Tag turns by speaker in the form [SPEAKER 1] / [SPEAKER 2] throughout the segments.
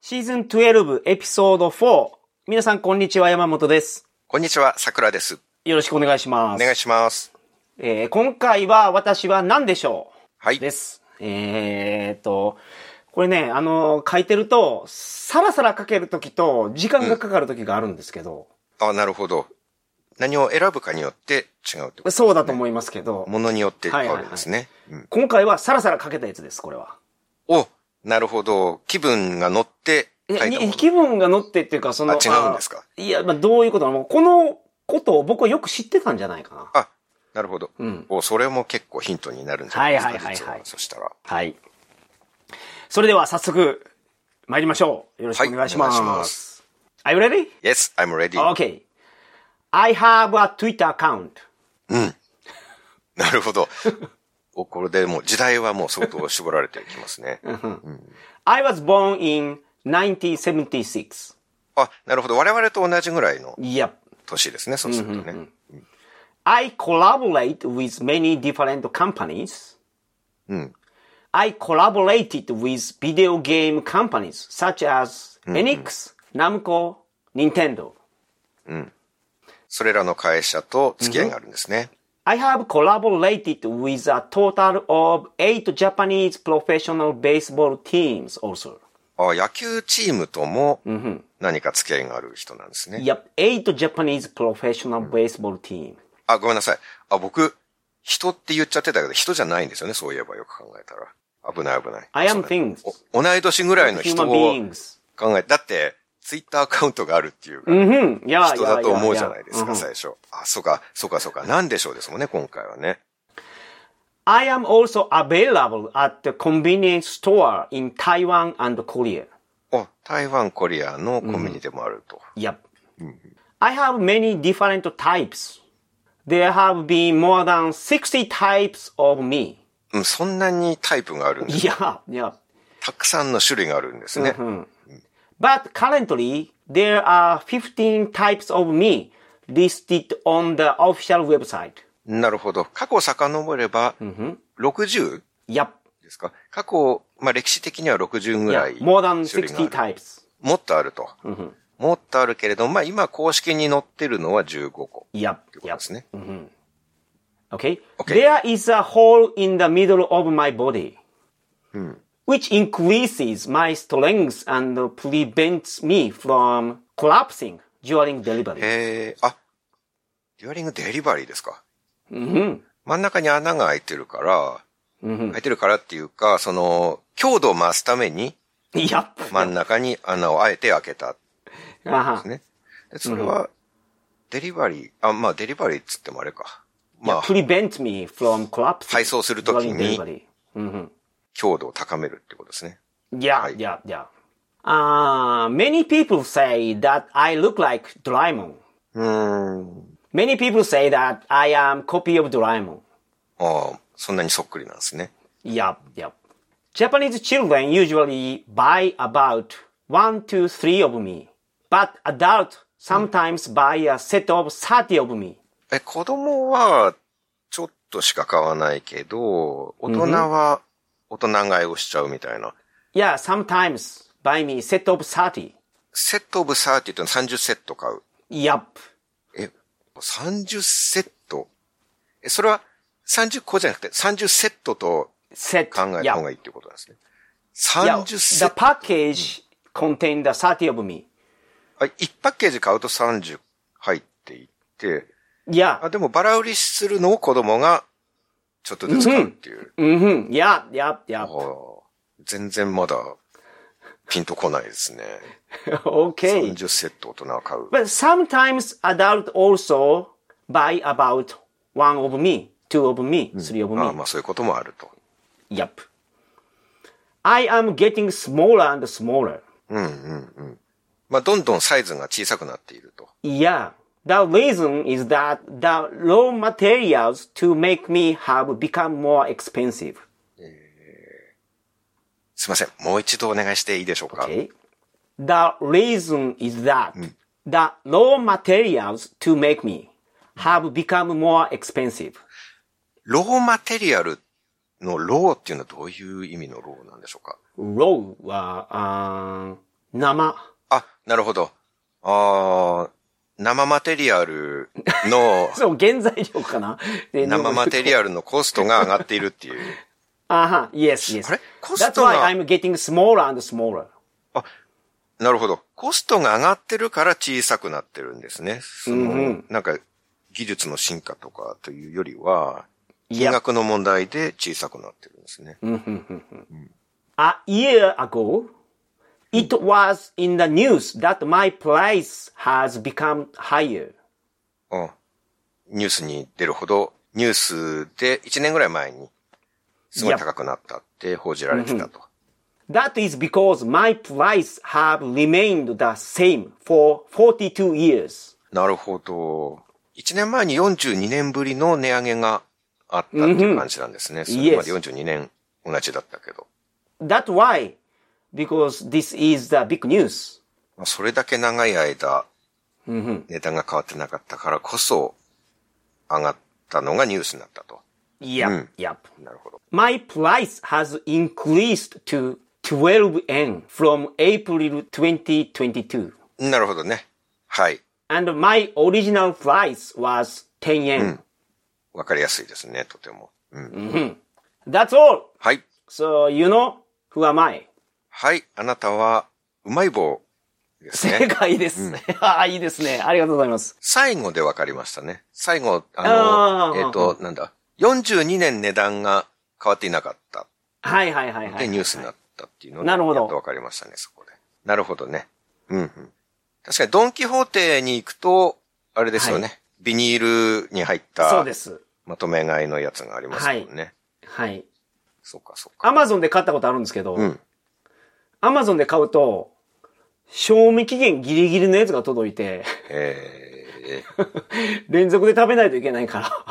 [SPEAKER 1] シーズン12エピソード4。皆さんこんにちは、山本です。
[SPEAKER 2] こんにちは、桜です。
[SPEAKER 1] よろしくお願いしま
[SPEAKER 2] お
[SPEAKER 1] す。
[SPEAKER 2] 願いします。
[SPEAKER 1] えー今回は私は何でしょ
[SPEAKER 2] は
[SPEAKER 1] う
[SPEAKER 2] い。
[SPEAKER 1] です。えーっと、これね、あの、書いてると、さらさら書けるときと、時間がかかるときがあるんですけど、
[SPEAKER 2] あ、なるほど。何を選ぶかによって違うってこと。
[SPEAKER 1] そうだと思いますけど、
[SPEAKER 2] ものによって変わるんですね。うん
[SPEAKER 1] 今回はさらさら書けたやつです、これは。
[SPEAKER 2] お、なるほど。気分が乗って書
[SPEAKER 1] い
[SPEAKER 2] い
[SPEAKER 1] や
[SPEAKER 2] たもの
[SPEAKER 1] に気分が乗ってっていうか、その、
[SPEAKER 2] あ違うんですか
[SPEAKER 1] あいや、まあ、どういうことなのこのことを僕はよく知ってたんじゃないかな。
[SPEAKER 2] あ、なるほど。
[SPEAKER 1] うん
[SPEAKER 2] お、それも結構ヒントになるんじゃないですか。
[SPEAKER 1] はいはいはいはい
[SPEAKER 2] 実そしたら。
[SPEAKER 1] はい。それでは早速、参りましょう。よろしくお願いします。
[SPEAKER 2] はいお願いします
[SPEAKER 1] Are you ready?
[SPEAKER 2] Yes, I'm ready.
[SPEAKER 1] Okay. I have a Twitter account.
[SPEAKER 2] なるほど。お、これでもう時代はもう相当絞られていきます ね。
[SPEAKER 1] I was born in 1976.
[SPEAKER 2] あ、なるほど。我々と同じぐらいの
[SPEAKER 1] Yep.
[SPEAKER 2] 年ですね。そうするとね。
[SPEAKER 1] I collaborate with many different companies. I collaborated with video game companies such as Enix, Namco, Nintendo.
[SPEAKER 2] それらの会社と付き合いがあるんですね。
[SPEAKER 1] I have collaborated with a total of eight Japanese professional baseball teams also.
[SPEAKER 2] あ野球チームとも何か付き合いがある人なんですね。
[SPEAKER 1] Yep, eight Japanese professional
[SPEAKER 2] Hmm.
[SPEAKER 1] baseball team.
[SPEAKER 2] あ、ごめんなさい。あ、僕、人って言っちゃってたけど、人じゃないんですよね。そういえばよく考えたら。危ない危ない。
[SPEAKER 1] I am
[SPEAKER 2] そうだ
[SPEAKER 1] things.
[SPEAKER 2] お同い年ぐらいの oh, 人
[SPEAKER 1] Human
[SPEAKER 2] を
[SPEAKER 1] beings.
[SPEAKER 2] 考え、だって、ツイッターアカウントがあるっていう
[SPEAKER 1] うん、いや
[SPEAKER 2] 人だと思うじゃないです
[SPEAKER 1] いやいやいや
[SPEAKER 2] か、最初。あ、そうか、そうか、そうか。なんでしょうですもんね、今回はね。
[SPEAKER 1] I am also available at the convenience store in Taiwan and Korea.
[SPEAKER 2] お、台湾、コリアのコンビニでもあると。
[SPEAKER 1] Yep.
[SPEAKER 2] Hmm.
[SPEAKER 1] I have many different types. There have been more than 60 types of me.
[SPEAKER 2] うん、そんなにタイプがあるんです。
[SPEAKER 1] Yeah, yeah.
[SPEAKER 2] たくさんの種類があるんですね。
[SPEAKER 1] But currently, there are 15 types of me listed on the official website.
[SPEAKER 2] なるほど。過去を遡れば、60?
[SPEAKER 1] Yep.
[SPEAKER 2] ですか過去、まあ、歴史的には60ぐら
[SPEAKER 1] Yeah,
[SPEAKER 2] い。
[SPEAKER 1] more than
[SPEAKER 2] 種類があ
[SPEAKER 1] 60
[SPEAKER 2] る
[SPEAKER 1] types.
[SPEAKER 2] もっとあると。もっとあるけれども、まあ、今公式に載ってるのは15個。
[SPEAKER 1] Yep,
[SPEAKER 2] ということ
[SPEAKER 1] yep.
[SPEAKER 2] ですね。
[SPEAKER 1] Okay.
[SPEAKER 2] Okay.
[SPEAKER 1] There is a hole in the middle of my body, which increases my strength and prevents me from collapsing during delivery.
[SPEAKER 2] へえ、あ、デュアリングデリバリーですか。真ん中に穴が開いてるから、開いてるからっていうか、その、強度を増すために、
[SPEAKER 1] Yep.
[SPEAKER 2] 真ん中に穴をあえて開けたんで
[SPEAKER 1] Uh-huh.
[SPEAKER 2] すね。でそれは、デリバリー、あ、まあ、デリバリーっつってもあれか。まあ、
[SPEAKER 1] Prevent me from collapsing.
[SPEAKER 2] 配送するとき
[SPEAKER 1] during
[SPEAKER 2] に
[SPEAKER 1] delivery. Mm-hmm.
[SPEAKER 2] 強度を高めるってことですね。
[SPEAKER 1] Yeah,
[SPEAKER 2] Right.
[SPEAKER 1] yeah, yeah. Uh, many people say that I look like Doraemon.
[SPEAKER 2] うーん。
[SPEAKER 1] Many people say that I am copy of Doraemon.
[SPEAKER 2] ああ、そんなにそっくりなんですね。
[SPEAKER 1] Yup, yup. Japanese children usually buy about one to three of me, but adults sometimes buy a set of 30 of me.
[SPEAKER 2] え、子供は、ちょっとしか買わないけど、大人は、大人買いをしちゃうみたいな。
[SPEAKER 1] Yeah, sometimes buy me set of 30.
[SPEAKER 2] セットオブサーティっての30セット買う。
[SPEAKER 1] Yup.
[SPEAKER 2] え、30セットえ、それは30個じゃなくて30セットと
[SPEAKER 1] Set.
[SPEAKER 2] 考えた方
[SPEAKER 1] yup.
[SPEAKER 2] がいいってことなんですね。
[SPEAKER 1] Yeah,
[SPEAKER 2] 30セ
[SPEAKER 1] the
[SPEAKER 2] ット。
[SPEAKER 1] package contained the 30 of me.
[SPEAKER 2] あ1パッケージ買うと30入っていって、
[SPEAKER 1] Yeah.
[SPEAKER 2] あ、でもバラ売りするのを子供がちょっとずつ買うっていう。
[SPEAKER 1] Mm-hmm. Yeah, yeah, yeah.
[SPEAKER 2] ああ、全然まだピンとこないですね。
[SPEAKER 1] okay.
[SPEAKER 2] 30セット大人は買う。
[SPEAKER 1] But sometimes adult also buy about one of me, two of me, three of me.
[SPEAKER 2] ああまあそういうこともあると。
[SPEAKER 1] Yep. I am getting smaller and smaller.
[SPEAKER 2] まあどんどんサイズが小さくなっていると。
[SPEAKER 1] Yeah. The reason is that the raw materials to make me have become more expensive.
[SPEAKER 2] すいません。もう一度お願いしていいでしょうか。
[SPEAKER 1] Okay. The reason is that the raw materials to make me have become more expensive.
[SPEAKER 2] ローマテリアルのローっていうのはどういう意味のローなんでしょうか
[SPEAKER 1] uh, Raw は、あー生。、
[SPEAKER 2] あ、なるほど。ああ、生マテリアルの
[SPEAKER 1] そう、原材料か な
[SPEAKER 2] 生マテリアルのコストが上がっているっていう。
[SPEAKER 1] あは、yes, yes.
[SPEAKER 2] あれコス
[SPEAKER 1] That's
[SPEAKER 2] ト
[SPEAKER 1] why
[SPEAKER 2] が、
[SPEAKER 1] I'm getting smaller and smaller.
[SPEAKER 2] あ、なるほど。コストが上がってるから小さくなってるんですね。その、
[SPEAKER 1] うんうん
[SPEAKER 2] なんか、技術の進化とかというよりは、
[SPEAKER 1] い
[SPEAKER 2] 金
[SPEAKER 1] や
[SPEAKER 2] 額の問題で小さくなってるんですね。
[SPEAKER 1] A year ago, it was in the news that my price has become higher.
[SPEAKER 2] うん。ニュースに出るほど、ニュースで1年ぐらい前に、すごい高くなったって報じられてたと。
[SPEAKER 1] That is because my price have remained the same for 42 years.
[SPEAKER 2] なるほど。1年前に42年ぶりの値上げがあったっていう感じなんですね。それまで
[SPEAKER 1] Yes
[SPEAKER 2] 42年同じだったけど。
[SPEAKER 1] That's why, because this is the big news.
[SPEAKER 2] まあそれだけ長い間、値段が変わってなかったからこそ、上がったのがニュースになったと。
[SPEAKER 1] Yep, yep.
[SPEAKER 2] なるほど。
[SPEAKER 1] My price has increased to 12 yen from April 2022.
[SPEAKER 2] なるほどね。はい。
[SPEAKER 1] And my original price was 10 yen.
[SPEAKER 2] わかりやすいですね、とても。うん。
[SPEAKER 1] That's all.
[SPEAKER 2] はい。
[SPEAKER 1] So, you know, who am I?
[SPEAKER 2] はい。あなたは、うまい棒です
[SPEAKER 1] 正
[SPEAKER 2] ね。
[SPEAKER 1] 解です。 ああ、いいですね。ありがとうございます。
[SPEAKER 2] 最後でわかりましたね。最後、あ
[SPEAKER 1] あ
[SPEAKER 2] の、
[SPEAKER 1] ー
[SPEAKER 2] えっ、と、なんだ。42年値段が変わっていなかった。
[SPEAKER 1] はいはいはいは
[SPEAKER 2] で、
[SPEAKER 1] い。
[SPEAKER 2] ニュースになったっていうので
[SPEAKER 1] なるほど
[SPEAKER 2] やっとわかりましたね、そこで。なるほどね。うん、うん。確かに、ドンキホーテに行くと、あれですよね。
[SPEAKER 1] は
[SPEAKER 2] ビニールに入っ
[SPEAKER 1] そう
[SPEAKER 2] た、
[SPEAKER 1] です。
[SPEAKER 2] まとめ買いのやつがありますもんね。
[SPEAKER 1] はい。
[SPEAKER 2] そうか、そうか。
[SPEAKER 1] アマゾンで買ったことあるんですけど、
[SPEAKER 2] うん。
[SPEAKER 1] アマゾンで買うと、賞味期限ギリギリのやつが届いて、
[SPEAKER 2] えー、
[SPEAKER 1] 連続で食べないといけないから、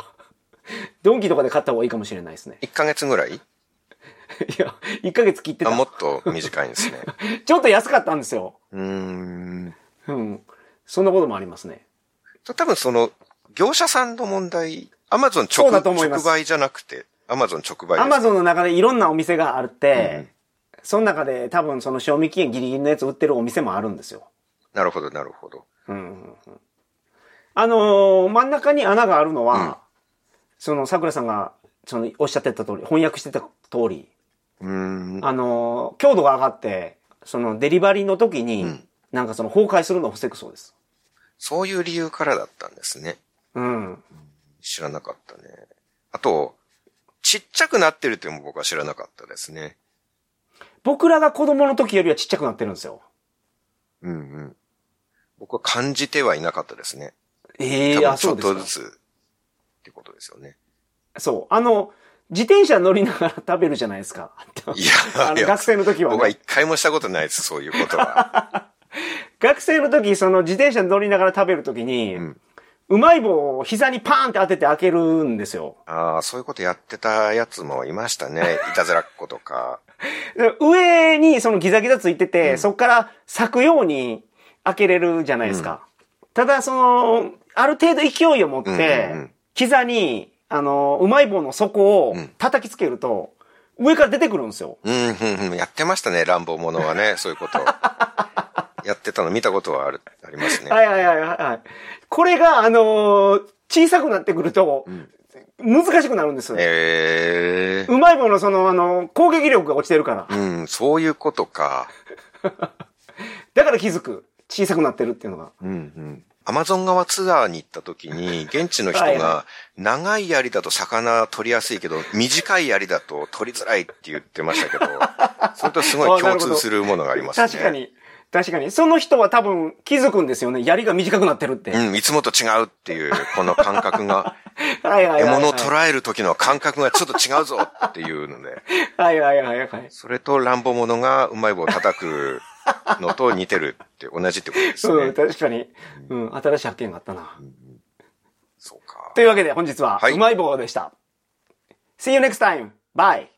[SPEAKER 1] ドンキとかで買った方がいいかもしれないですね。
[SPEAKER 2] 1ヶ月ぐらい
[SPEAKER 1] いや、1ヶ月切って
[SPEAKER 2] あ
[SPEAKER 1] た
[SPEAKER 2] も。っと短いん ですね。
[SPEAKER 1] ちょっと安かったんですよ。
[SPEAKER 2] うーん。
[SPEAKER 1] うん。そんなこともありますね。
[SPEAKER 2] 多分その、業者さんの問題、アマゾン
[SPEAKER 1] そ
[SPEAKER 2] 直
[SPEAKER 1] うだと思います
[SPEAKER 2] 直売じゃなくて、アマゾン直売
[SPEAKER 1] ア
[SPEAKER 2] です
[SPEAKER 1] マゾンの中でいろんなお店があるって、その中で多分その賞味期限ギリギリのやつ売ってるお店もあるんですよ。
[SPEAKER 2] なるほど、なるほど。
[SPEAKER 1] あのー真ん中に穴があるのは、その桜さんがそのおっしゃってた通り、翻訳してた通り、
[SPEAKER 2] うーん。
[SPEAKER 1] あのー強度が上がって、そのデリバリーの時に、なんかその崩壊するのを防ぐそうです。
[SPEAKER 2] そういう理由からだったんですね。
[SPEAKER 1] うん。
[SPEAKER 2] 知らなかったね。あと、ちっちゃくなってるっていうのも僕は知らなかったですね。
[SPEAKER 1] 僕らが子供の時よりはちっちゃくなってるんですよ。
[SPEAKER 2] うんうん。僕は感じてはいなかったですね。
[SPEAKER 1] ええ
[SPEAKER 2] 多
[SPEAKER 1] ー、
[SPEAKER 2] 分
[SPEAKER 1] あ、
[SPEAKER 2] ち
[SPEAKER 1] そ
[SPEAKER 2] ょ
[SPEAKER 1] う
[SPEAKER 2] っ
[SPEAKER 1] です
[SPEAKER 2] と
[SPEAKER 1] か
[SPEAKER 2] ず。つってことですよね。
[SPEAKER 1] そう。あの、自転車乗りながら食べるじゃないですか。
[SPEAKER 2] い
[SPEAKER 1] あ
[SPEAKER 2] や、い
[SPEAKER 1] の
[SPEAKER 2] や
[SPEAKER 1] 学生の時は、
[SPEAKER 2] 僕は
[SPEAKER 1] ね。
[SPEAKER 2] 一回もしたことないです、そういうことは。
[SPEAKER 1] 学生の時、その自転車乗りながら食べる時に、うまい棒を膝にパーンって当てて開けるんですよ。
[SPEAKER 2] ああ、そういうことやってたやつもいましたね。いたずらっ子とか。
[SPEAKER 1] で上にそのギザギザついてて、そこから咲くように開けれるじゃないですか。ただ、その、ある程度勢いを持って、
[SPEAKER 2] うんうんうん
[SPEAKER 1] 膝に、あの、うまい棒の底を叩きつけると、上から出てくるんですよ。
[SPEAKER 2] うん、うん、うん。やってましたね、乱暴者はね、そういうこと。やってたの見たことはある、ありますね。
[SPEAKER 1] はいはいはいはいはい。これが、あのー小さくなってくると、難しくなるんですよ。
[SPEAKER 2] ええ
[SPEAKER 1] うまい棒のその、あの、攻撃力が落ちてるから。
[SPEAKER 2] うん、そういうことか。
[SPEAKER 1] だから気づく。小さくなってるっていうのが。
[SPEAKER 2] うん、うん。アマゾン川ツアーに行った時 に、現地の人
[SPEAKER 1] はいは
[SPEAKER 2] が、長い槍だと魚取りやすいけど、短い槍だと取りづらいって言ってま したけど、それとすごい共通するものがありますね。
[SPEAKER 1] 確か。に。確かに。その人は多分気づくんですよね。槍が短くなってるって。
[SPEAKER 2] うん、いつもと違うっていう、この感覚が、
[SPEAKER 1] はいはいは
[SPEAKER 2] 獲
[SPEAKER 1] い、はい。
[SPEAKER 2] 物を捉える時の感覚がちょっと違うぞっていうので。
[SPEAKER 1] はいはいはいはい。
[SPEAKER 2] それと乱暴者がうまい棒を叩くのと似てるって、同じってこ とです
[SPEAKER 1] う
[SPEAKER 2] ね
[SPEAKER 1] ん、。確かに。うん、新しい発見があったな。
[SPEAKER 2] そうか。
[SPEAKER 1] というわけで本日は、
[SPEAKER 2] はいう
[SPEAKER 1] まい棒でした。See you next time! Bye!